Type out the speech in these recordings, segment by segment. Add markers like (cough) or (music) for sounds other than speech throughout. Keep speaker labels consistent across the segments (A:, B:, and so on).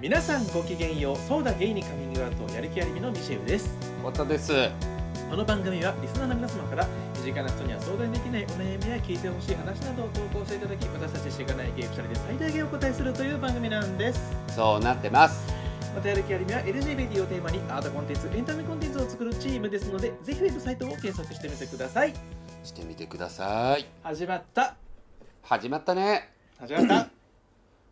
A: 皆さんごきげんようそうだゲイにカミングアウトやる気ありみのミシェウです
B: またです。
A: この番組はリスナーの皆様から身近な人には相談できないお悩みや聞いてほしい話などを投稿していただき私たちしがないゲイ2人で最大限お答えするという番組なんです
B: そうなってます。
A: またやる気ありみは LGBT をテーマにアートコンテンツエンタメコンテンツを作るチームですのでぜひウェブサイトを検索してみてください
B: してみてください。
A: 始まった
B: 始まったね。
A: 始まった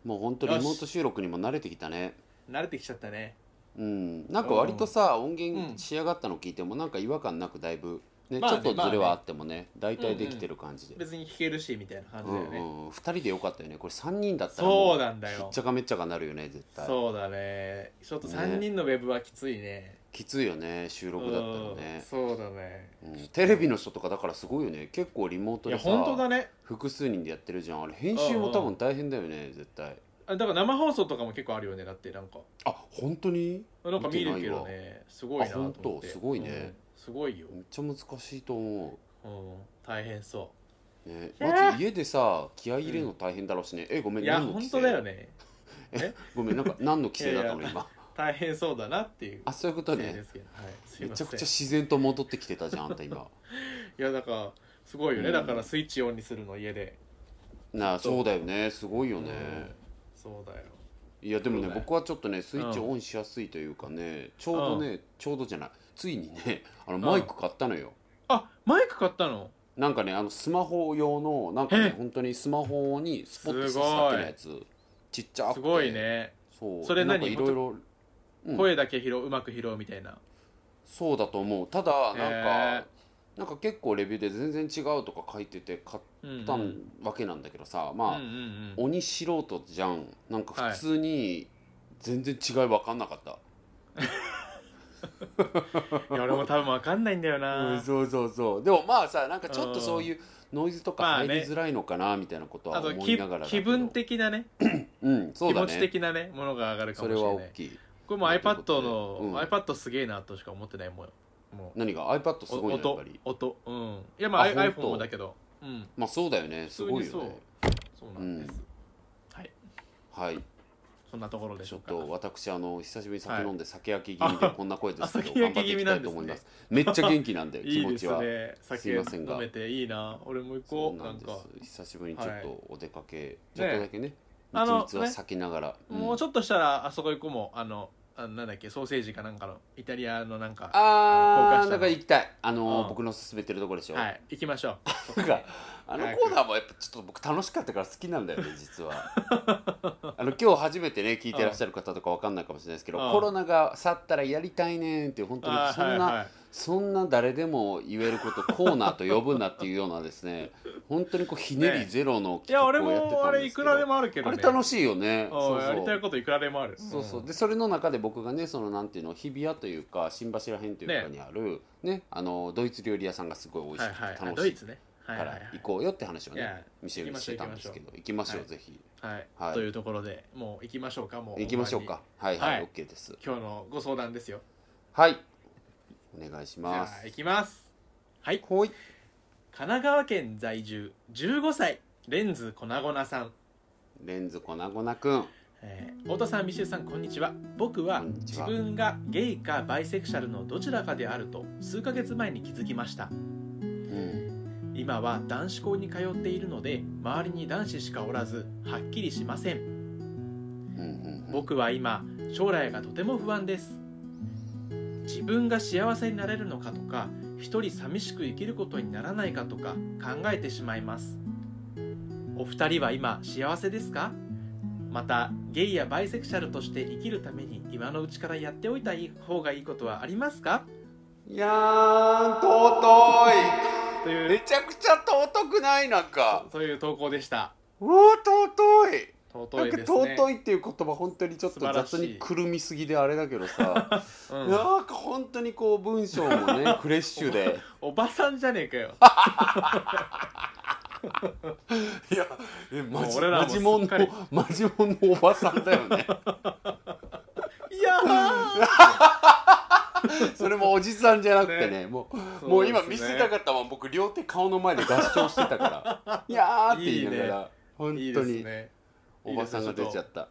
B: もう本当リモート収録にも慣れてきたね。
A: 慣れてきちゃったね
B: うん。なんか割とさ、音
A: うん
B: 源仕上がったの聞いてもなんか違和感なくだいぶね、
A: まあね
B: ちょっとズレ
A: まあ
B: は
A: ね
B: あってもね、大体できてる感じで。
A: 別に聞けるしみたいな感じだよね、
B: うんうん、2人でよかったよねこれ3人だったら
A: そう
B: だ
A: なんだ
B: ひ
A: よ
B: っちゃかめっちゃかなるよね絶対
A: そうだねちょっと
B: ね
A: 3人のウェブはきついね
B: きついよね収録だったら
A: うん
B: ね、
A: そうだね
B: うん、テレビの人とかだからすごいよね結構リモート
A: い
B: で
A: や
B: さ
A: 本当だね
B: 複数人でやってるじゃんあれ編集も多分大変だよね絶対
A: あだから生放送とかも結構あるよねだってなんか
B: あ本当に
A: なんか見るけど
B: 見て
A: ねすごいなと思って
B: あ本当すごいね
A: うんすごいよ、
B: めっちゃ難しいと思、
A: うん、大変そう
B: ね、
A: えー
B: まず家でさ気合い入れるの大変だろうしね、えご
A: う
B: めん
A: いや
B: 何の
A: 本
B: 規
A: 当
B: 制
A: だよね
B: ごめんなんか何の規制だったの
A: いやいや
B: 今
A: 大変そうだなっていう
B: あそういうこと
A: せい
B: ね
A: ですけど、はい、すい
B: め
A: ま
B: ち
A: せ
B: ゃ
A: ん
B: くちゃ自然と戻ってきてたじゃんあんた今
A: いやだからすごいよね、
B: うん
A: だからスイッチオンにするの家で (laughs)
B: なあそうだよねすごいよね、
A: うんそうだよ
B: いやでもね
A: そうだよ
B: 僕はちょっとねスイッチオンしやすいというかね、ちょうどね、ちょうどじゃないついにねあのマイク買ったのよ、
A: あマイク買ったの
B: なんかねあのスマホ用のなんかね
A: え
B: 本当にスマホにスポット
A: す
B: さ
A: ごい
B: さってるやつちっちゃくて
A: すごいね、
B: そう
A: それ何
B: なんかいろいろうん
A: 声だけ拾ううまく拾うみたいな
B: そうだと思うただなんか、
A: へ
B: なんか結構レビューで全然違うとか書いてて買っ
A: うんうん
B: たわけなんだけどさ、
A: うん
B: まあ、
A: うんうん
B: 鬼素人じゃんなんか普通に全然違い分かんなかった、
A: いや俺も多分わかんないんだよな、
B: うんそうそうそうでもまあさなんかちょっとそういうノイズとか
A: まあ
B: 入
A: ね
B: りづらいのかなみたいなことは
A: あと
B: 思い
A: 気
B: ながらだけ
A: 気
B: ど
A: 分的なね
B: うんそう
A: 気
B: だ
A: 持ち
B: ね
A: 的なねものが上がるか
B: そ
A: もし
B: れ
A: れな
B: はい大きい
A: これもう iPad の、
B: うん
A: iPad すげえなとしか思ってないもんよもう
B: 何が iPad すごいのやっ
A: 音
B: ぱり
A: 音うんいやまあ
B: あ
A: I-
B: 本当
A: iPhone もだけどうん
B: まあそうだよねすごいよね
A: そうなんです、
B: う
A: はい
B: はい
A: そんなところでし
B: ち
A: ょ
B: ょ
A: う
B: っ
A: か
B: と私あの久しぶりに
A: は
B: 酒
A: い
B: 飲んで酒焼き気味でこんな声ですけ
A: あ
B: ど
A: 酒
B: 頑
A: 焼
B: 張
A: き
B: って
A: 気
B: い
A: 味
B: き
A: な
B: た
A: ん
B: い
A: で
B: と
A: すね
B: 思いますめっちゃ元気なんで気
A: いい
B: 持
A: で
B: ち
A: す
B: は
A: ね
B: す
A: 酒
B: い
A: 飲
B: ませんが
A: めていいな俺も行
B: そ
A: こ
B: う
A: う
B: な
A: なん
B: んで
A: か
B: す久しぶりにちょっとお出かけちょ
A: ね
B: っとだけね
A: あ
B: 蜜
A: の
B: 蜜は避けながらうん
A: もうちょっとしたらあそこ行こうもうあのあなんだっけソーセージかなんかのイタリアのなんか交換
B: あー
A: したの
B: なんか行きたいあの
A: うん
B: ー僕の勧めてるとこでしょ
A: はい行きましょ
B: (laughs)
A: う
B: なんかあの
A: 早く
B: コーナーもやっぱちょっと僕楽しかったから好きなんだ
A: (laughs)
B: よね実はあの今日初めてね聞いてらっしゃる方とかわかんないかもしれないですけど、
A: うん
B: コロナが去ったらやりたいねんって本当に
A: あー
B: そんな、
A: はいはい
B: そんな誰でも言えることコーナーと呼ぶなっていうようなです
A: (laughs)
B: ね本当にこうひねりゼロの
A: いや俺
B: 企画をやって
A: も
B: た
A: あ
B: ん
A: れ
B: で
A: い
B: すけ
A: く
B: ど
A: らでもあるけど、
B: あ
A: ね、
B: れ楽しいよね
A: うん
B: そう
A: やりたい
B: そ
A: こといくらでもある
B: うそうそうんでそれの中で僕がねそのなんていうの日比谷というか新橋らへんというかにある、ねあのドイツ料理屋さんがすごい美味
A: は
B: し
A: い
B: くて
A: はいあ
B: 楽
A: ド
B: し
A: イ
B: い
A: ツねはいは
B: か
A: いは
B: ら
A: い
B: 行こうよって話を
A: いや
B: ね店にしてたんですけど行きましょうぜひ
A: はい、
B: はい
A: というところでもう行きましょうかもう
B: 行きましょうかはいは
A: はい
B: い OK です
A: 今日のご相談ですよ
B: はいお願いし
A: じゃ
B: ま
A: あ
B: す
A: 行きますはい神
B: ほい
A: 奈川県在住15歳レンズ粉々さん、
B: レンズ粉々くん
A: えー、太田さん美修さんこんにちは僕は
B: こんにち
A: 自
B: は
A: 分がゲイかバイセクシャルのどちらかであると数ヶ月前に気づきました
B: うん
A: 今は男子校に通っているので周りに男子しかおらずはっきりしません
B: うんうんうん
A: 僕は今将来がとても不安です自分が幸せになれるのかとか一人寂しく生きることにならないかとか考えてしまいますお二人は今幸せですかまたゲイやバイセクシャルとして生きるために今のうちからやっておいた方がいいことはありますか
B: いやーん尊い
A: とい
B: め
A: う
B: ちゃくちゃ尊くないなんか
A: そういう投稿でした
B: うわ尊いな
A: 尊
B: ん
A: い
B: か
A: ですね
B: 尊いっていう言葉本当にちょっと
A: 素晴らしい
B: 雑にくるみすぎであれだけど (laughs) さ
A: うん
B: なんか本当にこう文章もねフレッシュで
A: おばさんじゃねえかよ
B: (laughs) いや、えマ
A: もう
B: ジ
A: 俺らも
B: マジモン
A: すっ
B: の
A: かり
B: マジモンのおばさんだよね。
A: いや
B: それもおじさんじゃなくてね、もう
A: ー
B: もう今見せた
A: か
B: かったもん。僕両手顔の前で合唱してたから、いやーって言いながら本
A: いいで
B: 当
A: す
B: に
A: ね
B: おばさんが出ちゃった。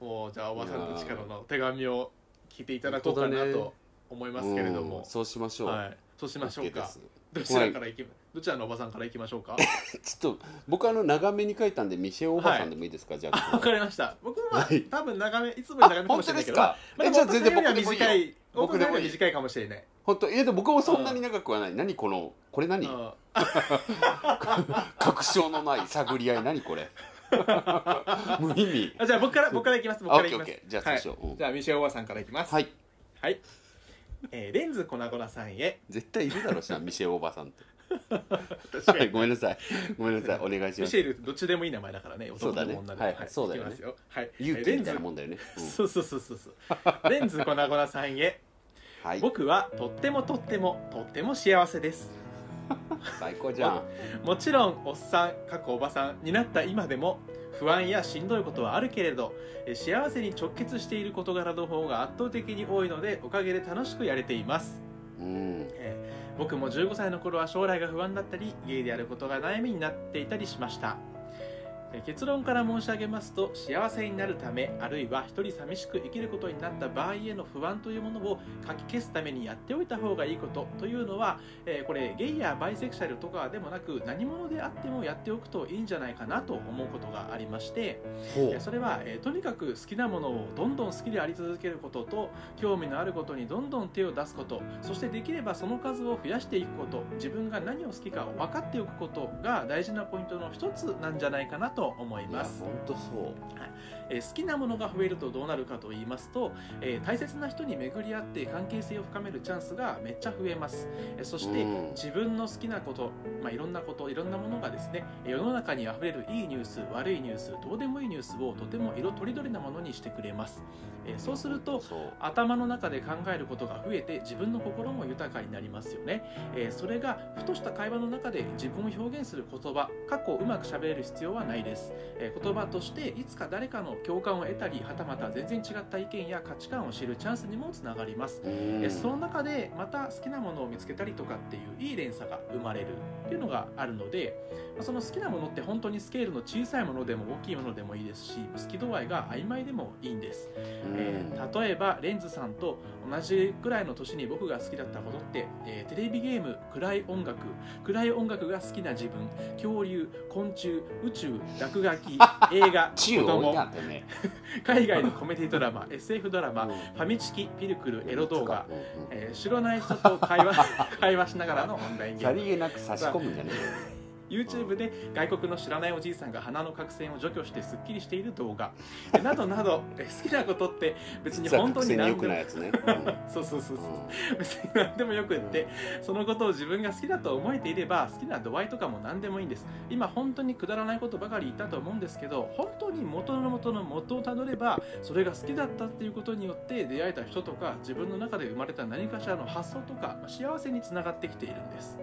A: もうじゃあおばさんたちからの手紙を聞いていただこうかなと思いますけれども、
B: うんそうしましょう、
A: はい、そうしましょう
B: OK で
A: か
B: す
A: どちらからいきどちらのおばさんからいきましょうか
B: ちょっと僕あの長めに書いたんでミシェルおばさんでもいいですか、じゃあ
A: (laughs) わかりました僕は
B: はい
A: 多分長めいつもより
B: あ
A: 長めか
B: 本
A: もし
B: 当
A: れ
B: で
A: ないけ
B: す
A: どま
B: か
A: あ、
B: え
A: で
B: じゃあ
A: も
B: 全然僕でもいいよ
A: 短い
B: 僕でもいい
A: 僕より短いかもしれない
B: 本当いやでも僕もそんなに長くはない何このこれ何
A: うん
B: 確証のない探り合い何これ (laughs) 無意味
A: あじゃあ僕から僕からいきます僕
B: あオ
A: か
B: ッ
A: らい
B: ケ
A: き
B: ーオッ
A: ます
B: ケーじゃあそうしよう、うん
A: じゃあミシェルおばさんからいきます
B: はい
A: はい、えーレンズ粉々さんへ
B: 絶対いるだろうしなミシェルおばさんって
A: 確
B: (laughs) はいごめんなさいごめんなさいお願いし
A: ミ
B: ま
A: シェ
B: す
A: ルってどっちでもいい名前だからね
B: そう
A: 男
B: だ
A: で
B: ね
A: も女でも
B: はいそうだよね
A: きますよはい
B: 勇気みたいなもんだよね、うん
A: そうそうそうそうそうレンズ粉々さんへ
B: はい
A: 僕はとってもとってもとっても幸せです
B: 最高じゃん
A: もちろんおっさん過去おばさんになった今でも不安やしんどいことはあるけれどえー幸せに直結している事柄の方が圧倒的に多いのでおかげで楽しくやれています
B: うん
A: えー僕も15歳の頃は将来が不安だったりゲイであることが悩みになっていたりしましたえー結論から申し上げますと幸せになるためあるいは一人寂しく生きることになった場合への不安というものをかき消すためにやっておいた方がいいことというのは、えーこれゲイやバイセクシャルとかでもなく何者であってもやっておくといいんじゃないかなと思うことがありまして、
B: ほ
A: えーそれは、えーとにかく好きなものをどんどん好きであり続けることと興味のあることにどんどん手を出すことそしてできればその数を増やしていくこと自分が何を好きかを分かっておくことが大事なポイントの一つなんじゃないかなと思いう
B: いや
A: ます、
B: 本当そう
A: えー好きなものが増えるとどうなるかと言いますと、えー大切な人に巡り合って関係性を深めるチャンスがめっちゃ増えます、えーそして、
B: うん
A: 自分の好きなこと、まあ、いろんなこといろんなものがですね世の中にあふれるいいニュース悪いニュースどうでもいいニュースをとても色とりどりなものにしてくれます、えーそうすると
B: そう
A: 頭の中で考えることが増えて自分の心も豊かになりますよね、えーそれがふとした会話の中で自分を表現する言葉過去をうまく喋れる必要はないです、えー言葉としていつか誰かの共感を得たりはたまた全然違った意見や価値観を知るチャンスにもつながります
B: うん
A: えその中でまた好きなものを見つけたりとかっていういい連鎖が生まれるっていうのがあるので、まあその好きなものって本当にスケールの小さいものでも大きいものでもいいですし好き度合いが曖昧でもいいんです、
B: うん
A: えー例えばレンズさんと同じくらいの年に僕が好きだったことって、えーテレビゲーム暗い音楽暗い音楽が好きな自分恐竜昆虫宇宙落書
B: (laughs)
A: き映画
B: 宙
A: 子
B: を置いてあ
A: 供
B: ったよね
A: 海外のコメディドラマ SF ドラマ
B: うん
A: ファミチキピルクルエロ動画
B: うんうん
A: えー知らない人と会話会話しながらのオンラインゲ
B: さ
A: ーム
B: りげなく差し込むんじゃねえよ
A: YouTube で外国の知らないおじいさんが鼻の角栓を除去してすっきりしている動画えーなどなどえー好きなことって別に
B: 実は
A: 本当
B: 覚
A: に
B: 醒に
A: 何
B: 良
A: で
B: く
A: も
B: ないやつね、う
A: そう (laughs) そうそ
B: ん
A: うそ
B: うん
A: う (laughs) 別に何でもよくってそのことを自分が好きだと思えていれば好きな度合いとかも何でもいいんです今本当にくだらないことばかり言ったと思うんですけど本当に元の元の元をたどればそれが好きだったっていうことによって出会えた人とか自分の中で生まれた何かしらの発想とかまあ幸せにつながってきているんです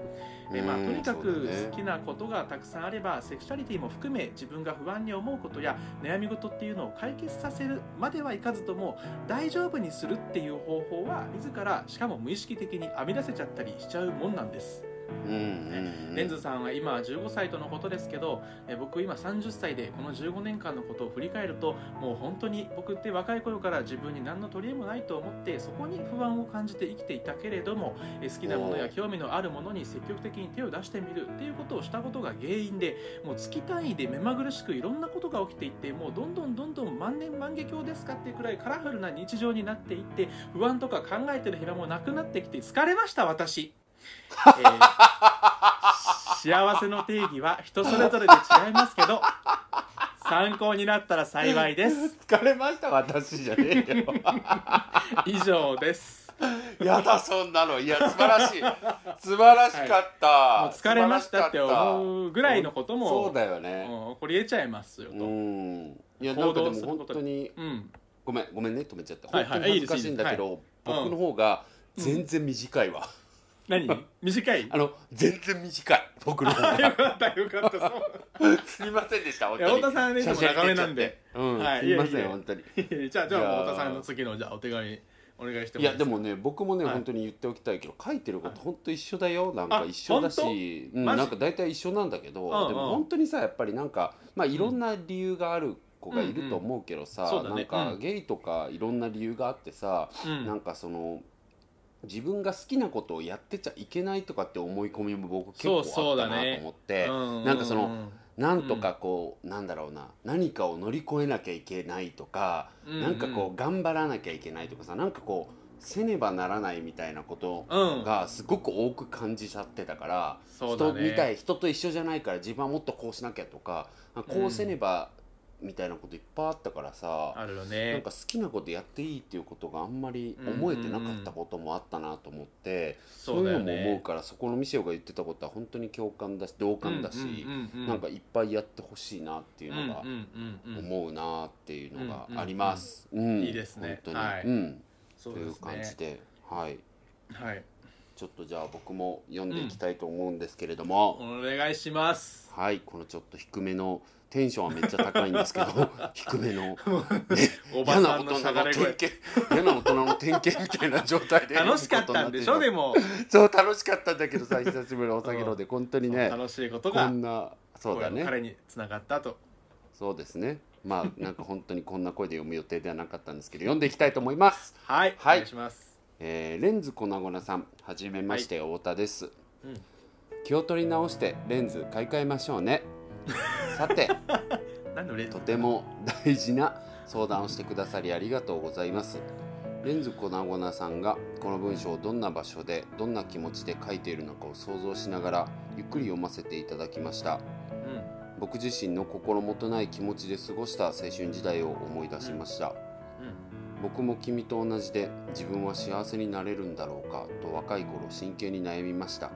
A: でまあ、
B: うん
A: とにか
B: そう
A: く
B: だね
A: 好きなことがたくさんあれば、セクシャリティも含め自分が不安に思うことや悩み事っていうのを解決させるまではいかずとも大丈夫にするっていう方法は自らしかも無意識的に編み出せちゃったりしちゃうもんなんです。
B: うんうんうん
A: レンズさんは今15歳とのことですけどえー僕今30歳でこの15年間のことを振り返るともう本当に僕って若い頃から自分に何の取り柄もないと思ってそこに不安を感じて生きていたけれどもえー好きなもの
B: お
A: や
B: ー
A: 興味のあるものに積極的に手を出してみるっていうことをしたことが原因でもう月単位で目まぐるしくいろんなことが起きていってもうどんどんどんどん万年万華鏡ですかっていうくらいカラフルな日常になっていって不安とか考えてる暇もなくなってきて疲れました私、えー幸せの定義は人それぞれで違いますけど参考になったら幸いです
B: (laughs) 疲れました私じゃねえよ
A: 以上です
B: やだそんなのいや素晴らしい素晴らしかった、
A: もう疲れましたって
B: 素晴らしかっ
A: 思うぐらいのこと
B: た
A: も
B: そうだよね
A: うん起こり得ちゃいますよ
B: う
A: と
B: んいやなんかで
A: 行動す
B: も
A: ること
B: 本当に
A: うん
B: ごめんごめんね止めちゃった
A: はい
B: 本
A: は
B: 当
A: い
B: に恥ずかしいんだけど、
A: はい
B: 僕の方が全然短いわ、
A: 何短いよ
B: (laughs) あの全然短い僕の方が
A: かったよかったそう
B: すみませんでした本
A: いや
B: 当に
A: 太田さんね
B: 写真
A: でも長めなんで
B: 入れちゃってうん、
A: はい
B: すみま
A: いや
B: せ
A: いや
B: ん本当に
A: じゃあじゃ
B: いや
A: あ
B: ー
A: もう太田さんの次のじゃあお手紙お願いしても
B: い
A: いい
B: やでもね僕もね、
A: はい
B: 本当に言っておきたいけど書いてること
A: は
B: 本当一緒だよなんか
A: あ
B: 一緒だし、うん、
A: マジ
B: なんか大体一緒なんだけど、
A: うんうん
B: でも本当にさやっぱりなんかまあいろんな理由がある子がいると思うけどさ、
A: うんうんそうだね
B: なんか
A: うん
B: ゲイとかいろんな理由があってさ、
A: うん
B: なんかその自分が好きなことをやってちゃいけないとかって思い込みも僕結構
A: そうそ
B: あ
A: う
B: った
A: だ
B: な
A: ね
B: と思って、
A: うん
B: なんかその
A: うん
B: なんとかこう、なんだろうな何かを乗り越えなきゃいけないとか、
A: うんうん
B: なんかこう頑張らなきゃいけないとかさなんかこうせねばならないみたいなこと
A: うん
B: がすごく多く感じちゃってたから、
A: そうだ
B: 人
A: ね
B: みたい人と一緒じゃないから自分はもっとこうしなきゃとかこうせねばみたいなこといっぱいあったからさ、
A: あるよ
B: なん
A: ね
B: か好きなことやっていいっていうことがあんまり思えてなかったこともあったなと思って、
A: そうだ
B: そうい
A: よ
B: うのも
A: ね
B: 思うからそこのミシェオが言ってたことは本当に共感だし同感だし、
A: うんうんうんうん
B: なんかいっぱいやってほしいなっていうのが
A: うんうんうんうん
B: 思うなっていうのがあります。うん
A: いいですね
B: 本当に、
A: はい
B: うん
A: そ
B: と
A: う
B: い
A: で
B: う
A: す
B: 感じ
A: ね
B: で、はい、
A: はい
B: ちょっとじゃあ僕も読んでいきたいと思うんですけれども。
A: お願い
B: (laughs)
A: します
B: はい、このちょっと低めのテンションはめっちゃ高いんですけ
A: (laughs)
B: ど低めの
A: おば
B: 嫌
A: さ
B: なん大
A: の
B: 人
A: しゃが
B: の
A: れ
B: 典
A: 声
B: 型嫌な大人の典型みたいな状態で
A: 楽しかったんでしょで
B: も
A: も
B: そう楽しかったんだけどさ久しぶりのお酒ので本当にね
A: 楽しいこと
B: こ
A: が
B: んなそうだ
A: こう
B: ね
A: 彼につながったと
B: そうですねまあなんか本当にこんな声で読む予定ではなかったんですけど読んでいきたいと思います、
A: はいお
B: はい
A: 願いします
B: えーレンズ粉々さんはじめまして太田です、
A: うん
B: 気を取り直してレンズ買い替えましょう
A: (laughs)
B: ねさて
A: 何のレンズ
B: とても大事な相談をしてくださりありがとうございますレンズ粉々さんがこの文章をどんな場所でどんな気持ちで書いているのかを想像しながらゆっくり読ませていただきました
A: うん
B: 僕自身の心もとない気持ちで過ごした青春時代を思い出しました僕も君と同じで自分は幸せになれるんだろうかと若い頃真剣に悩みました
A: う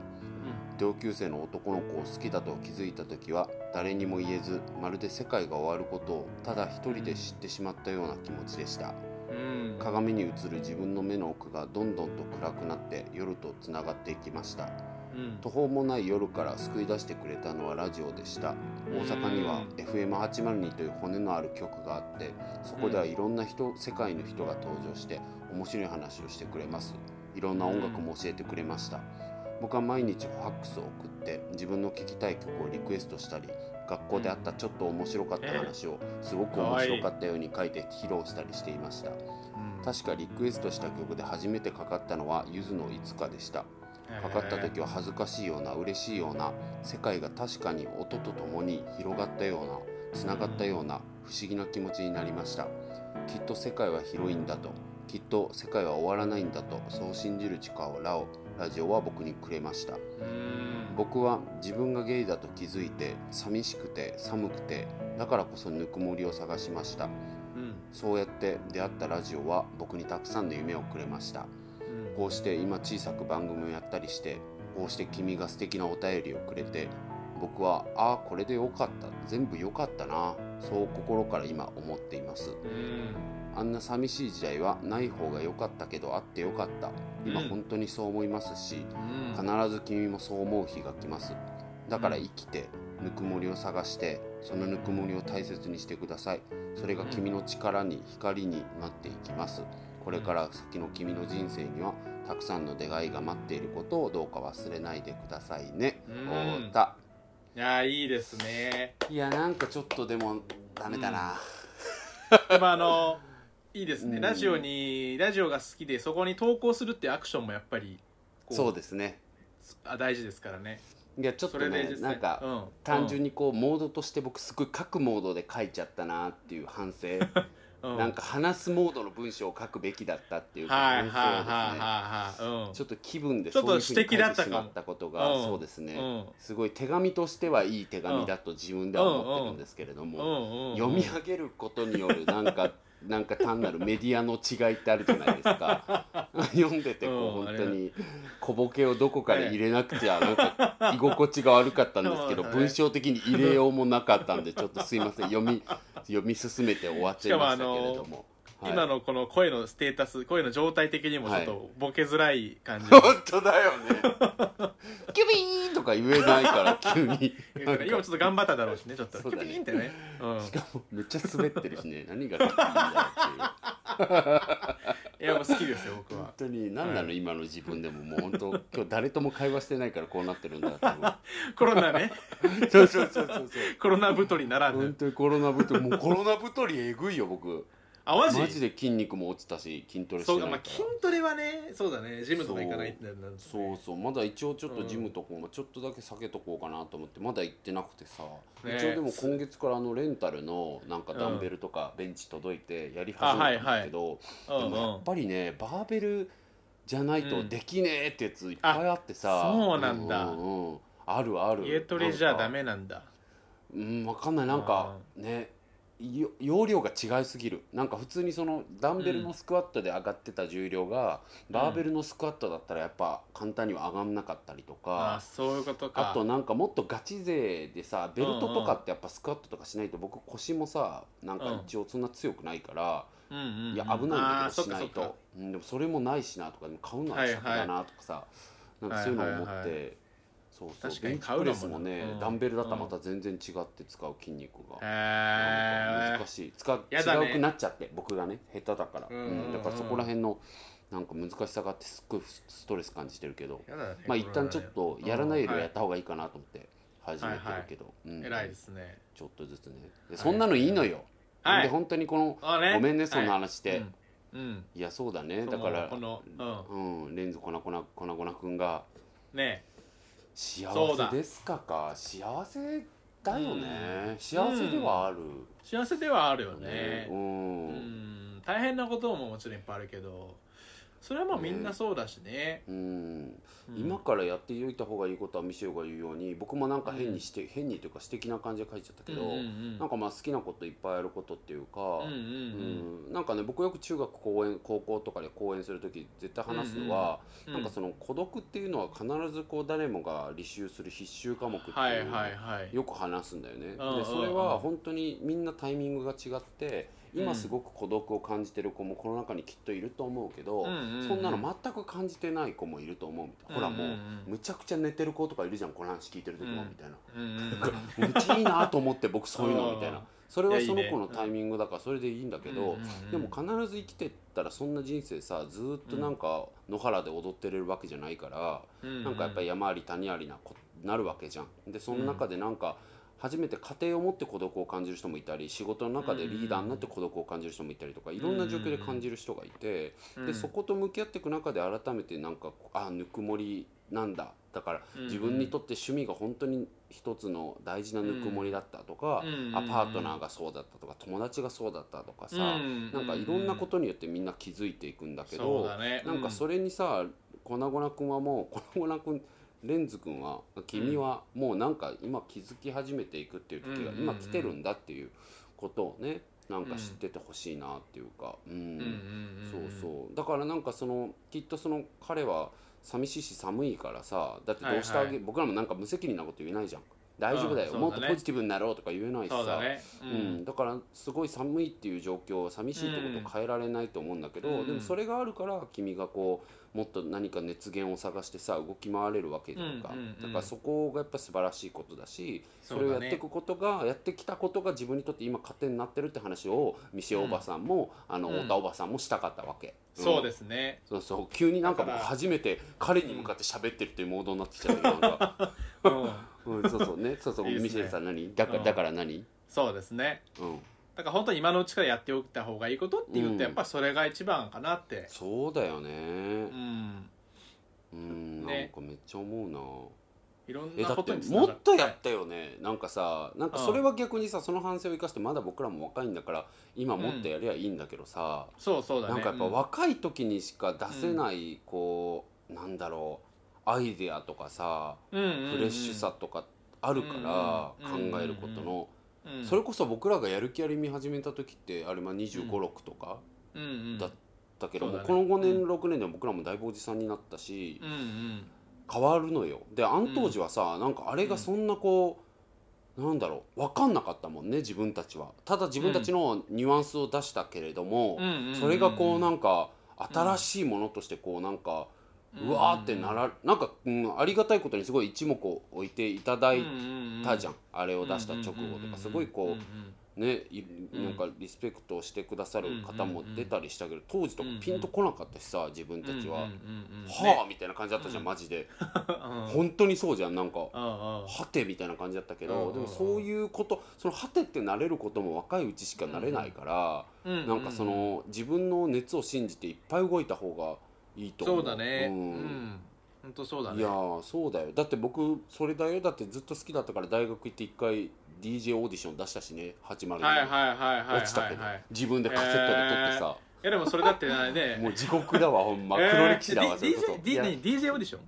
B: 同級生の男の子を好きだと気づいた時は誰にも言えずまるで世界が終わることをただ一人で知ってしまったような気持ちでした
A: んうん
B: 鏡に映る自分の目の奥がどんどんと暗くなって夜とつながっていきました
A: うん
B: 途方もない夜から救い出してくれたのはラジオでした大阪には FM802 という骨のある曲があってそこではいろんな人世界の人が登場して面白い話をしてくれますいろんな音楽も教えてくれました僕は毎日ファックスを送って自分の聴きたい曲をリクエストしたり学校であったちょっと面白かった話をすごく面白かったように書いて披露したりしていました
A: うん
B: 確かリクエストした曲で初めてかかったのはゆずのいつかでしたかかった時は恥ずかしいような嬉しいような世界が確かに音とともに広がったようなつながったような不思議な気持ちになりましたきっと世界は広いんだときっと世界は終わらないんだとそう信じる力をラオラジオは僕にくれました
A: うん
B: 僕は自分がゲイだと気づいて寂しくて寒くてだからこそぬくもりを探しました
A: うん
B: そうやって出会ったラジオは僕にたくさんの夢をくれました
A: うん
B: こうして今小さく番組をやったりしてこうして君が素敵なお便りをくれて僕はああこれでよかった全部よかったなそう心から今思っています
A: うん
B: あんな寂しい時代はない方が良かったけどあってよかった今
A: うん
B: 本当にそう思いますし
A: うん
B: 必ず君もそう思う日が来ますだから生きてぬくもりを探してそのぬくもりを大切にしてくださいそれが君の力に光になっていきますこれから先の君の人生にはたくさんの出会いが待っていることをどうか忘れないでくださいね
A: うん
B: 太田
A: いやーいいですね
B: いやなんかちょっとでもダメだな
A: でもあのいいですね、
B: うん
A: ラジオにラジオが好きでそこに投稿するっていうアクションもやっぱりこ
B: そうですね
A: あ大事ですからね
B: いやちょっと
A: それで
B: ね
A: 実際
B: なんか
A: うん、
B: 単純にこうモードとして僕すごい書くモードで書いちゃったなっていう反省
A: うん
B: なんか話すモードの文章を書くべきだったっていう
A: はいはい
B: 感想で
A: は
B: すね
A: いはいはいうん
B: ちょっと気分で
A: ちょっ
B: そう
A: と
B: いうふうに書い
A: 私的だってた
B: し
A: かも
B: まったことが、
A: うん
B: そうですね、
A: うん
B: すごい手紙としてはいい手紙だと自分では思ってるんですけれども、
A: うんうん
B: 読み上げることによるなんかなんか単なるメディアの違いってあるじゃないです
A: (laughs)
B: か読んでてこ
A: うん
B: う
A: あ
B: 本
A: れ
B: 当に小ボケをどこかに入れなくてはなんか居心地が悪かったんですけど
A: そうだね
B: 文章的に入れようもなかったんでちょっとすいません読み読み進めて終わっちゃいましたけれども。はい
A: 今のこの声のステータス声の状態的にもちょっ
B: は
A: とボケづらい感じ、
B: (laughs) 本当だよねキュビーンとか言えないから急
A: (laughs)
B: になんか
A: 今もちょっと頑張っただろうしねちょっと
B: そう
A: キ
B: だ
A: ュ
B: ね
A: ピーンってね、
B: (laughs)
A: うん、
B: しかもめっちゃ滑ってるしね何がキュビーンだっていう
A: いいやもう好きですよ僕は
B: 本当に何なの、
A: は
B: 今の自分でももう本 (laughs) 当今日誰とも会話してないからこうなってるんだって思
A: コロナね
B: うそうそうそうそう
A: コロナ太りなら
B: そう (laughs) 本
A: ぬ
B: 当にコロナ太りもうコロナ太りえぐいよ僕
A: あマジ
B: マジで筋肉も落ちたし筋トレして
A: そう
B: ない
A: か、ま
B: から
A: あ、筋トレはねそうだねジムとか行かないってなるんですね
B: そうそうまだ一応ちょっとジムとこう、ちょっとだけ避けとこうかなと思ってまだ行ってなくてさ、
A: ね
B: 一応でも今月からあのレンタルのなんかダンベルとかベンチ届いてやり始めたんだけど、
A: うん
B: でもや
A: うん
B: っぱりねバーベルじゃないとできねえってやついっぱいあってさ、
A: うんあそうなんだ
B: うんうんあるある
A: 家トレじゃ
B: なん
A: ダ
B: か
A: メなんだ
B: うんわかんないなんかねよ容量が違いすぎるなんか普通にそのダンベルのスクワットで上がってた重量が、バーベルのスクワットだったらやっぱ簡単には上がんなかったりと
A: あ
B: か、
A: そういうことか
B: あとなんかもっとガチ勢でさベルトとかってやっぱスクワットとかしないと僕腰もさなんか一応そんな強くないから、
A: うんうんうん
B: いや危ないんだけ
A: あー
B: ど
A: そっ
B: し
A: か
B: な
A: そ
B: い
A: っか
B: とうんでもそれもないしなとかでも買うのは先だなとかさ、なんかそういうのを思って、
A: はいはいはい
B: そうそう
A: 確かに
B: ベンチ
A: 買う
B: プ
A: のもな
B: レスもね、
A: うん
B: ダンベルだったらまた全然違って使う筋肉が。
A: へ
B: 難しい使
A: やだね
B: 違うくなっちゃって僕がね下手だから、
A: うんうんうん
B: だからそこら辺のなんか難しさがあってすっごいストレス感じてるけど
A: えやだね
B: まあ
A: これはね
B: 一旦ちょっとやらないより
A: う
B: は
A: ん
B: やった方がいいかなと思って始めてるけど、うん
A: 偉いですね
B: ちょっとずつねでそんなのいいのよ、
A: はい
B: で本当にこの、
A: あね
B: ごめんねそんな話して、い、
A: うんうん
B: やそうだね
A: そ
B: だ
A: の
B: から
A: このうん
B: うんレンズ粉粉粉粉くんが
A: ね
B: 幸
A: そうだ
B: せですかか幸せだよね、幸せではある、
A: 幸せではあるよね
B: うん、
A: うん大変なことももちろんいっぱいあるけどそれはもうみんなそうだしね
B: うん、
A: うん
B: 今からやっておいた方がいいことはミシェルが言うように僕もなんか変にして、変にというか素敵な感じで書いちゃったけど、
A: うんうん
B: なんかまあ好きなこといっぱいやることっていうか、
A: うんうんうん
B: うんなんかね僕よく中学公演高校とかで講演する時絶対話すのは、
A: うん
B: なんかその孤独っていうのは必ずこう誰もが履修する必修科目っていうのを
A: はいはいはい
B: よく話すんだよね、
A: うん
B: でそれ
A: うんう
B: は
A: ん
B: 本当にみんなタイミングが違って今すごく孤独を感じてる子もこの中にきっといると思うけど、そんなの全く感じてない子もいると思うみたいな、
A: うん
B: ほら
A: うん
B: もうむちゃくちゃ寝てる子とかいるじゃんこの話聞いてる時も
A: うん
B: みたいな、
A: うんうんうん
B: うちいいなと (laughs) 思って僕そういう
A: (laughs) う
B: の
A: ん
B: みたいなそれはその
A: いやいい
B: 子
A: ね
B: のタイミングだからそれでいいんだけ
A: う
B: ど
A: んうんうん
B: でも必ず生きてったらそんな人生さずーっとなんか野原で踊ってれるわけじゃないから
A: うんうん
B: なんかやっぱり山あり谷ありなこなるわけじゃん。でその中でなんか初めて家庭を持って孤独を感じる人もいたり仕事の中でリーダーになって孤独を感じる人もいたりとかいろんな状況で感じる人がいて。
A: うん
B: でそこと向き合っていく中で改めてなんかこうあぬくもりなんだだから
A: うん
B: 自分にとって趣味が本当に一つの大事なぬくもりだったとか、
A: うん
B: あパートナーがそうだったとか友達がそうだったとかさ、
A: うん
B: なんかいろんなことによってみんな気づいていくんだけ
A: そう
B: ど、
A: だね
B: なんかそれにさ粉々君はもう (laughs) 粉々君レンズ君は君はもうなんか今気づき始めていくっていう時が
A: うん
B: 今来てるんだっていうことをねなんか知っててほしいなっていうか。
A: うんうんうん
B: そうそうだからなんかそのきっとその彼は寂しいし寒いからさだってどうしてあげ、
A: はいは
B: 僕らもなんか無責任なこと言えないじゃん大丈夫だよ、
A: うんそ
B: も
A: う
B: っ
A: だね
B: とポジティブになろうとか言えないしさ
A: そうだねう
B: うんん、だからすごい寒いっていう状況寂しいってことを変えられないと思うんだけど、
A: うん
B: でもそれがあるから君がこうもっと何か熱源を探してさ動き回れるわけじゃんか、
A: うんうんうん
B: だからそこがやっぱ素晴らしいことだしそれ
A: う
B: を
A: だ
B: や
A: ね
B: っていくことが、やってきたことが自分にとって今糧になってるって話をミシェおばさんも、あの
A: うん
B: 太田おばさんもしたかったわけ、
A: そう
B: す
A: ですね
B: そうそう急になんか僕
A: だから
B: 初めて彼に向かって喋ってるっていうモードになってきちゃったけどなん
A: (laughs)
B: か、
A: うん
B: うん、そうそうねそうそう
A: いいですね
B: ミシェルさん何だから、だから何
A: そうですね
B: うん
A: だから本当に今のうちからやっておいた方がいいことってい
B: う
A: う
B: ん
A: とやっぱそれが一番かなって
B: そうだよね、
A: うん
B: うん、
A: ね
B: なんかめっちゃ思うない
A: ろん
B: え
A: な
B: だっ
A: こ
B: て
A: とに
B: もっとやっ
A: っ
B: たよねなんかさなんか
A: うん
B: それは逆にさその反省を生かしてまだ僕らも若いんだから今もっとやりゃいいんだけどさ、
A: そうそうだね
B: なんかやっぱ
A: う
B: 若い時にしか出せないこう、なんだろうアイデアとかさ
A: うんうんうん
B: フレッシュさとかあるから
A: うんうん
B: 考えることの
A: うん
B: それこそ僕らがやる気あり見始めた時ってあれまあ2 5 6とか
A: うんうん
B: だだけど
A: そう
B: も
A: だ
B: う
A: ね
B: この5年6年でも僕らもだいぶおじさんになったし
A: うんうん
B: 変わるのよであの当時はさ、なんかあれがそんなこう、なんだろう分かんなかったもんね自分たちはただ自分たちのニュアンスを出したけれども、
A: うんうんうん
B: それがこうなんか新しいものとしてこうなんかうわーってならなんか、うん、ありがたいことにすごい一目置いていただいたじゃん、あれを出した直後とかすごいこうねい
A: うん
B: なんかリスペクトしてくださる方も出たりしたけど当時とかピンとこなかったしさ自分たちは、はあみたいな感じだったじゃんマジで
A: あ
B: 本当にそうじゃんなんか
A: あ
B: はてみたいな感じだったけ
A: うんうんう
B: ど
A: ん
B: でもそういうことそのはてってなれることも若いうちしかなれないから、なんかその自分の熱を信じていっぱい動いた方がいいと思う
A: そうだねう
B: うん
A: ん本当そうだね
B: いやーそうだよだって僕それだよだってずっと好きだったから大学行って一回 DJ オーディション出したしね始まる
A: はいはいはいはいはい
B: 落ちたけど
A: はい
B: 自分でカセットで撮ってさ、
A: いやでもそれだってあれね
B: もう地獄だわほんま黒歴史だわ、それこそ
A: DJ, D
B: いや
A: 何 DJ オーディション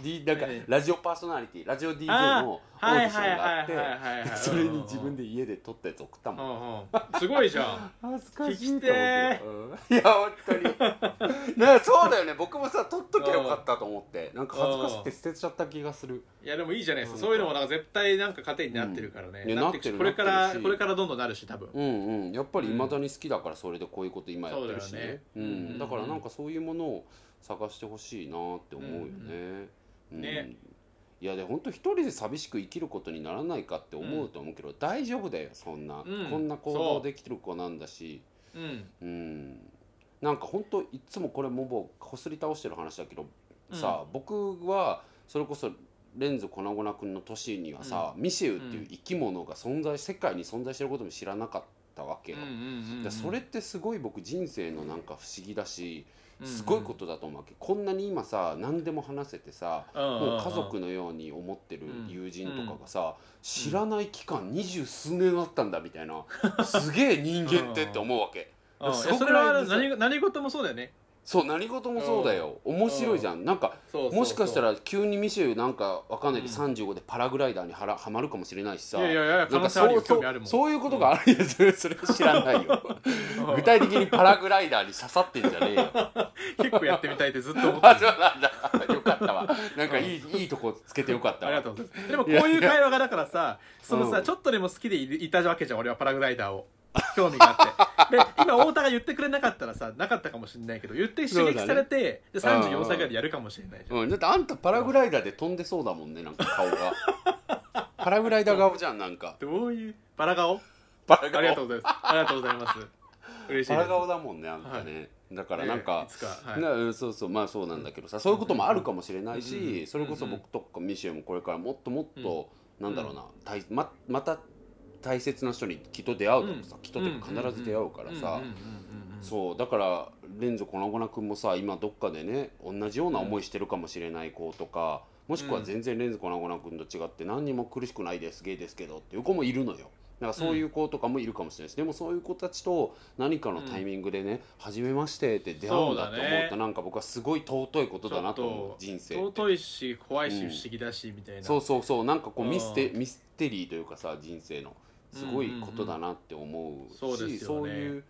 B: D なんか
A: えー
B: ラジオパーソナリティラジオ DJ
A: あー
B: のオー
A: は
B: デ
A: い
B: ィショ
A: はい
B: ン
A: はい
B: があ
A: は
B: っ
A: い
B: て
A: はいはい
B: (laughs) それに自分で家で撮ったやつ送った
A: う
B: もん
A: んうんすごいじゃん
B: 恥ず
A: か
B: か
A: し
B: し
A: い
B: い
A: と思うけ
B: いや本当に (laughs) ねそうだよね僕もさ取っときゃよかったと思ってなんか恥ずかしくて捨てちゃった気がする
A: いやでもいいじゃないですか
B: うん
A: そういうのもなんか絶対なんか糧になってるからね,、
B: うんね
A: なっていくし
B: なって
A: こ
B: る
A: れから
B: なってるし
A: これからどんどんなるし多分
B: うんうんやっぱりいまだに好きだからそれでこういうこと今やってるし
A: そうだよね
B: ねう
A: うん
B: んだからなんかそういうものを探してほしいなって思うよねうん
A: ね
B: いやで本当一人で寂しく生きることにならないかって思うと思うけど大丈夫だよそんな
A: うん
B: こんな行
A: そ
B: 動
A: う
B: できる子なんだし
A: うん
B: うんなんか本当いっつもこれももうこすり倒してる話だけどさ、僕はそれこそレンズ粉々君の年にはさ、ミシェウっていう生き物が存在世界に存在してることも知らなかったわけ
A: うん
B: よ。
A: うんうんうん
B: でそれってすごい僕人生のなんか不思議だしすごいことだと思うわけ、こんなに今さ何でも話せてさ、もう家族のように思ってる友人とかがさ、知らない期間二十数年あったんだみたいな、すげえ人間ってって思うわけ。
A: うんうんうんうんい
B: そ
A: や
B: こ
A: そ
B: ぐ
A: れ
B: らい
A: は何何事もそうだよね
B: そう何事もそうだよ面白いじゃんなんか
A: そうそうそう
B: もしかしたら急にミシェルなんかわかんないけど、
A: う
B: 35でパラグライダーにはらはまるかもしれないしさ
A: いやいやいや可
B: なん
A: 能
B: か
A: 性あ
B: そ
A: るよ
B: うそ
A: 興
B: う
A: 味あるもん
B: そういうことがあるいやそれそれ知らない
A: (laughs)
B: よ
A: うん
B: 具体的にパラグライダーに刺さってんじゃねえ
A: (laughs)
B: よ
A: 結構やってみたいってずっと思って
B: (laughs) あ
A: る
B: そうなんだよかったわなんかいい,、いいとこつけてよかった
A: あり
B: わ
A: がとうございますでもこういう会話がだからさそのさ、
B: うん
A: ちょっとでも好きでいいたわけじゃん俺はパラグライダーを興味があってで今太田が言ってくれなかったらさなかったかもしれないけど言って刺激されて、
B: そ
A: で
B: うだね
A: 34歳ぐらいでやるかもしれないじゃん、
B: うん、だってあんたパラグライダーで飛んでそうだもんねなんか顔が
A: (laughs)
B: パラグライダー顔じゃんなんか
A: どういうパラ顔
B: パラ
A: ありがとう
B: う
A: ございますありがとうございます嬉しい
B: パ
A: で
B: ラ
A: す
B: 顔だもんねあんたね、だからなんか、
A: ええいつか、はい
B: なうんそうそうまあそうなんだけどさそういうこともあるかもしれないし、
A: うんうんうん
B: それこそ僕とかミシェもこれからもっともっと、なんだろうな大ままた大切な人にきっと出会うだろうさ、きっとでも必ず出会うからさ、
A: んんうんうん
B: そうだからレンズ粉々君もさ今どっかでね同じような思いしてるかもしれない子とか、もしくは全然レンズ粉々君と違って何にも苦しくないですゲイですけどっていう子もいるのよ。だからそういう子とかもいるかもしれないし、でもそういう子たちと何かのタイミングでね「初めまして」って出会うんだと
A: そう
B: 思
A: だ
B: う
A: ね
B: となんか僕はすごい尊いことだなと
A: ち
B: 思
A: ょっ
B: う人生って
A: 尊いし怖いし不
B: うん
A: 思議だしみたいな、
B: そうそうそうなんかこう
A: うん
B: ミステミステリーというかさ人生のすごいことだなって思うし、
A: うんうんうんそうですよね
B: そういう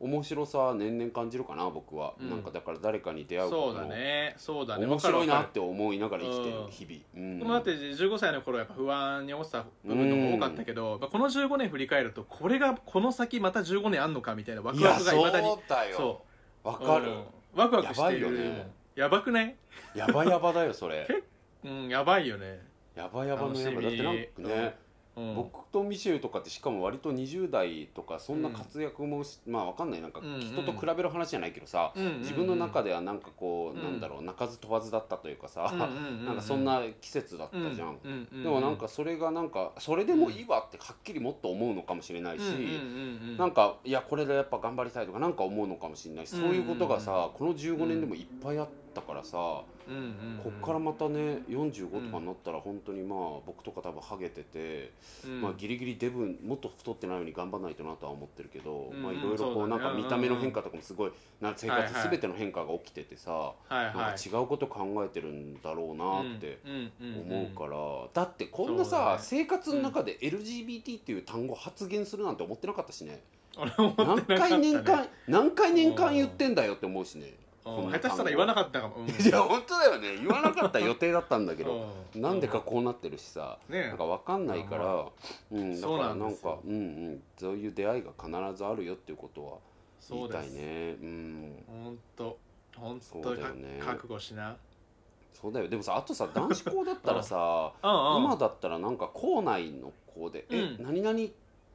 B: 面白さは年々感じるかな僕は、
A: うん
B: なんかだから誰かに出会う
A: そ
B: こ
A: う
B: と
A: だ
B: も、
A: ねそうだね
B: 面白いな
A: わかるわかる
B: って思いながら生きてる日々、うん
A: 僕もだって15歳の頃やっぱ不安に思ってた部分とか多かったけど、まあ、この15年振り返るとこれがこの先また15年あんのかみたいなワク
B: い
A: ワ
B: や
A: ク
B: そ
A: がいまだに
B: うだよわかる、
A: うんワクワクしてる
B: やばいよね
A: やばくない
B: やばやばだよそれ
A: 結うんやばいよね
B: やばやばのやば
A: 楽しみ
B: だってなんかね、
A: うん
B: 僕とミシェルとかってしかも割と20代とかそんな活躍もし、まあわかんないなんか
A: うんうん
B: 人と比べる話じゃないけどさ、
A: うんうんうん
B: 自分の中ではなんかこう、
A: うん
B: なんだろう鳴かず飛ばずだったというかさ、
A: うんうんうんうん
B: なんかそんな季節だったじゃん、
A: ううう
B: でもなんかそれがなんかそれでもいいわってはっきりもっと思うのかもしれないし、
A: うんうんうんうん
B: なんかいやこれでやっぱ頑張りたいとかなんか思うのかもしれないし、そういうことが
A: うんうん
B: さこの15年でもいっぱいあったからさ、
A: うんうんうん
B: こっからまたね45とかになったら本当にまあ僕とか多分ハゲてて、
A: うん
B: まあ、ギリギリデブもっと太ってないように頑張らないとなとは思ってるけど、
A: うん
B: まあいろいろこ
A: そう
B: う
A: だ
B: な
A: ね
B: んか見た目の変化とかもすごいな生
A: はいはい
B: 活全ての変化が起きててさ、
A: はい
B: な
A: は
B: んか
A: い
B: 違うこと考えてるんだろうなって
A: うんうんん
B: 思うから、だってこんな
A: そうだ
B: さ、
A: ね
B: 生活の中で LGBT っていう単語発言するなんて思ってなかったしね
A: 俺 (laughs) 思ってなか
B: 何
A: ったね
B: 回年間何回年間言ってんだよって思うしね、
A: うん下手したら言わなかったかもうん
B: いや本当だよね言わなかった予定だったんだけど、
A: (laughs) うん
B: なんでかこうなってるしさ、
A: ね
B: なんかわかんないか
A: ま
B: ら、うん、だ
A: そう
B: か
A: な
B: ら
A: ん
B: な
A: で
B: ん
A: すよ
B: かうんうんそういう出会いが必ずあるよっていうことは言い
A: そ
B: うた
A: で
B: い
A: す
B: ねうん
A: ほんとほんと
B: そうだよね
A: か覚悟しな
B: そうだよでもさあ
A: (laughs)
B: とさ男子校だったらさ
A: うんうん
B: 今だったらなんか校内の子で「え
A: うん
B: 何々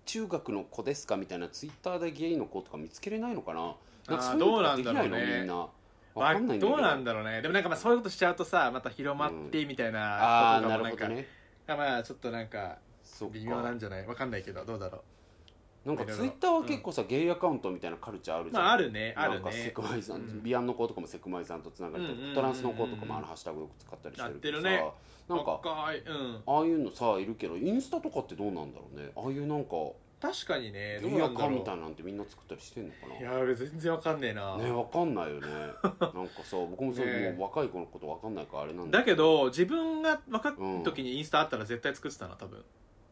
B: 中学の子ですか?」みたいなツイッターでゲイの子とか見つけれないのかななんか
A: あー
B: そういうのってできない
A: どうなん
B: の
A: だろうね
B: みんな
A: ま
B: わ
A: あ
B: かんないんだけ
A: どうなん
B: ど
A: だろうねでもなんかまあそういうことしちゃうとさまた広まってみたいな
B: あ
A: こ
B: あ
A: と
B: なる
A: かもなん
B: ほ
A: か、
B: どね
A: まあちょっとなんか
B: そっ
A: 微妙な
B: か
A: んじゃないわかんないけどどうだろ
B: なんかツイッターは結構さ、ゲイアカウントみたいなカルチャーある
A: う
B: じゃん、
A: まああるねあ
B: な
A: る
B: んかセ
A: ね
B: クマイさん、
A: うん
B: ビアンの子とかもセクマイさんとつながれたり、
A: うんうんうんうん
B: トランスの子とかもあのハッシュタグよく使ったりしてるけどさ、
A: やってるね
B: なんか
A: 若いうん
B: ああいうのさいるけどインスタとかってどうなんだろうねああいうなんか
A: 確かにねどう
B: ビ
A: な
B: ア
A: んだ
B: カ
A: ろ
B: みた
A: う
B: いなんてみんな作ったりしてんのか
A: い
B: な
A: や俺全然わかんねえな、
B: ねわかんないよねなんかさ僕もそれ
A: ね
B: もう若い子のことわかんないからあれなんだ
A: だ
B: けど
A: けど自分が若い時にインスタあったら絶対作ってたな多分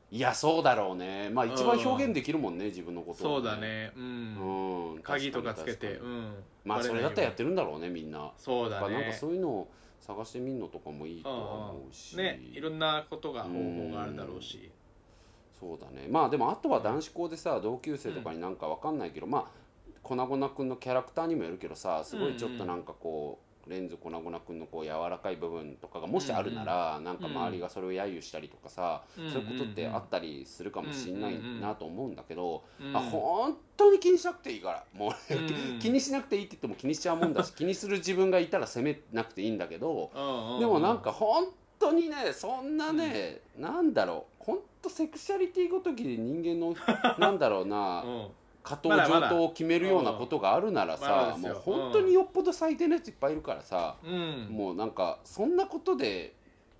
B: いやそうだろうねまあ一番
A: うん
B: 表現できるもんね自分のこと
A: そ
B: を
A: うだねう
B: うんん、
A: 鍵とかつけ
B: 確
A: て
B: か
A: う
B: に
A: ん
B: まあ
A: バレ
B: そ
A: ない
B: れだ
A: ように
B: ったらやってるんだろうねみんな
A: そう
B: だ
A: だ
B: からなんか
A: ね
B: そういうのを探してみるのとかもいいと思うし、
A: ねいろんなことが方法があるだろうし
B: そうだねまあでもあとは男子校でさ同級生とかになんかわかんないけど、まあ粉々くんのキャラクターにもよるけどさすごいちょっとなんかこう、レンズ粉々くんのこう柔らかい部分とかがもしあるなら、なんか周りがそれを揶揄したりとかさ、そういうことってあったりするかもしんないなと思うんだけど、
A: うん
B: あ本当に気にしなくていいからもう、
A: うん
B: 気にしなくていいって言っても気にしちゃうもんだし気にする自分がいたら責めなくていいんだけど、
A: うんう
B: でもなんか本当にねそんなね、なんだろう本当セクシャリティごときで人間
A: (laughs)
B: のなんだろうな
A: うん
B: 下等
A: まだまだ
B: 上等を決めるようなことがあるなら
A: まだま
B: さ
A: だ、です
B: も
A: よ
B: う本当によっぽど最低なやついっぱいいるからさ、
A: うん
B: もうなんかそんなことで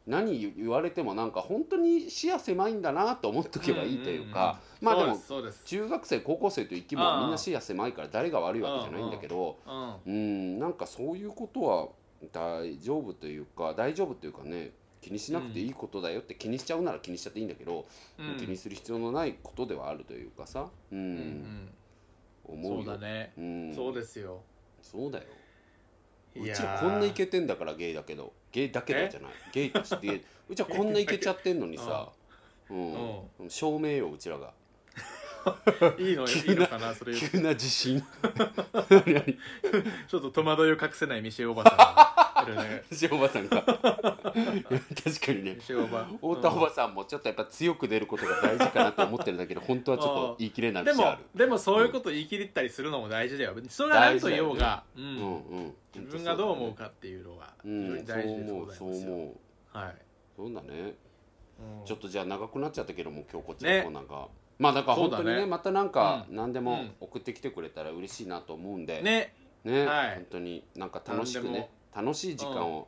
B: 何言われてもなんか本当に視野狭いんだなと思っとけばいいというか、
A: まあ
B: まあ
A: で
B: で
A: も
B: も
A: そうです
B: 中学生高校生と生き物
A: ああ
B: はみんな視野狭いから誰が悪いわけじゃないんだけど、
A: う
B: う
A: ん
B: んなんかそういうことは大丈夫というか大丈夫というかね気にしなくていいことだよって気にしちゃうなら気にしちゃっていいんだけど、
A: うん
B: 気にする必要のないことではあるというかさ、うん
A: うん
B: 思う
A: そ
B: よ
A: うだね
B: ん、
A: そうですよ
B: そうだよう
A: いや
B: ち
A: ー
B: らこんなイケてんだからゲイだけどゲイだけどじゃないゲイとしてうちらこんなイケちゃってんのに
A: (laughs)
B: さ、うん (laughs) 証明ようちらが
A: いいのいいのかなそれ言う
B: 急な自
A: (laughs)
B: 信
A: ちょっと戸惑いを隠せないミシェおばさんがいるね
B: おばさんが確かにね
A: ミシェ
B: (laughs)
A: おば
B: 太田おばさんもちょっとやっぱ強く出ることが大事かなと思ってるだけど本当はちょっと言い切れない
A: で
B: 節
A: も
B: ある
A: でもそういうこと言い切ったりするのも大事だよそれは何と言おうが、
B: うん
A: うん
B: うん
A: 自分がどう思うかっていうのが
B: う
A: 非常
B: んそう
A: に大事で
B: 思
A: ご
B: う
A: ざい
B: そう
A: ますよ、
B: 思う
A: はい、
B: そうだね
A: うん
B: ちょっとじゃあ長くなっちゃったけども今日こっち
A: ね
B: のコーナーがまあだから本当に
A: そうだ
B: ね
A: ね
B: またなんか
A: う
B: 何で
A: う
B: も
A: ん
B: 送ってきてくれたら嬉しいなと思うんでね
A: ねはい
B: 本当になんか楽しく
A: 何で
B: ね
A: も
B: 楽しい時間を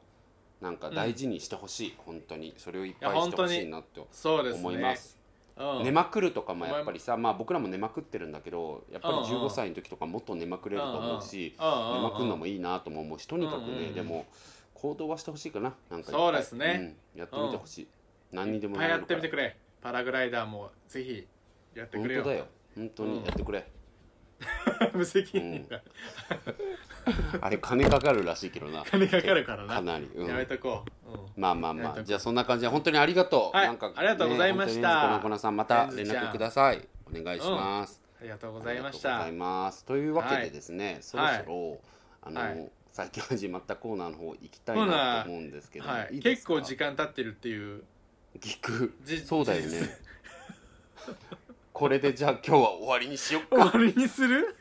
B: なんか大事にしてほしい本当にそれをいっぱ
A: い
B: い
A: や
B: してほしいなと
A: そうですね
B: 思います
A: うん、
B: 寝まくるとかもやっぱりさ、まあ、僕らも寝まくってるんだけどやっぱり
A: うんうん
B: 15歳の時とかもっと寝まくれると思うし、
A: うんうんうん
B: 寝まくるのもいいなとも思うしとにかくね、
A: うんうん
B: でも行動はしてほしいかななんかいっぱい
A: そうですね、
B: うんやってみてほしい、何にで
A: い
B: も
A: っぱいや
B: る
A: っ
B: か
A: て
B: ら
A: みてくれパラグライダーもぜひやってく
B: 本
A: れ
B: 当
A: よ
B: だよ本当にやってくれ、
A: (laughs) 無責任が
B: あれ金かかるらしいけど
A: (laughs)
B: な
A: 金かかるからな
B: かなり、うん
A: やめとこう、うん
B: まあまあ
A: やめ
B: ま
A: と
B: あ
A: く
B: じゃあそんな感じで本当にありがとう、
A: はい
B: なんかね、
A: ありがとうございました
B: 本当にね粉々さんまた連
A: レンズちゃん
B: 絡くださいお願いします、
A: ありがとう
B: ありがとう
A: ございました
B: ございますというわけ
A: は
B: で
A: い
B: ですね、そろそろ、あの、
A: はい
B: 最近始まったコーナーの方行きたい
A: コーナ
B: な
A: ー
B: と思うんですけど、
A: はい
B: いです
A: 結
B: か
A: 構時間経ってるっていう
B: ぎく
A: じ
B: そうだよ
A: 事
B: ね
A: 実 (laughs)
B: これでじゃあ今日は終わりにしよっ
A: 終
B: か
A: わりにする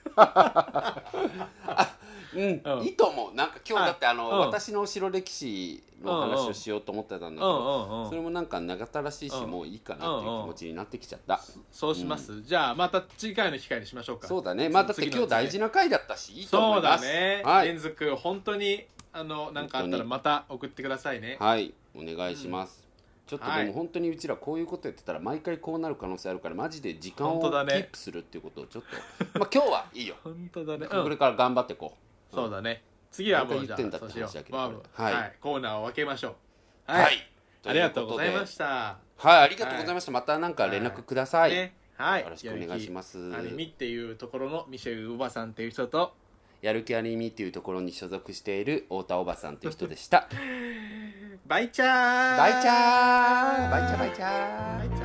B: うん、
A: うん
B: いいと思うなんか今日だってあの、
A: うん
B: 私のお城歴史の話をしようと思ってたんだけ
A: うん
B: ど、
A: う
B: そ
A: んうん
B: れもなんか長たらしいし、
A: うん
B: もういいかなっていう気持ちになってきちゃった、
A: そうします、じゃあまた次回の機会にしましょうか
B: そうだねまあだって
A: 次の
B: 今日大事な回だったしいいと思
A: そ
B: いう
A: だ
B: ます
A: ね、
B: はい
A: 連続本当にあのなんかあっ
B: 本
A: た
B: 当に
A: らまた送ってくださいね、
B: はい、お願いします。ちょっと
A: は
B: で
A: い
B: も本当にうちらこういうことやってたら毎回こうなる可能性あるからマジで時間を
A: 本
B: キ
A: 当だね
B: ープするっていうことをちょっと、ま (laughs) あ今日はいいよ。
A: 本当だね、うん
B: これから頑張ってこう。
A: そうだね次はも
B: 毎
A: う
B: 回
A: じ
B: 言
A: ゃ
B: ってんだ
A: あ
B: って
A: そうし
B: 話だ
A: よ
B: け
A: う、
B: ど
A: まあ
B: これ
A: は
B: はいい
A: コーナーを分けましょう
B: うん。はい。
A: ありがとうございま
B: た。
A: した
B: はい、ありがとうございました。またなんか連絡ください。よ
A: ねはい
B: ろしくお願いします。
A: やる気アニミっていうところのミシェル・ウバさんっていう人と
B: やる気アニミっていうところに所属している太田おばさんという人でした。
A: バイチャー
B: バイチャーバイチャーバイチャー
A: バイチャー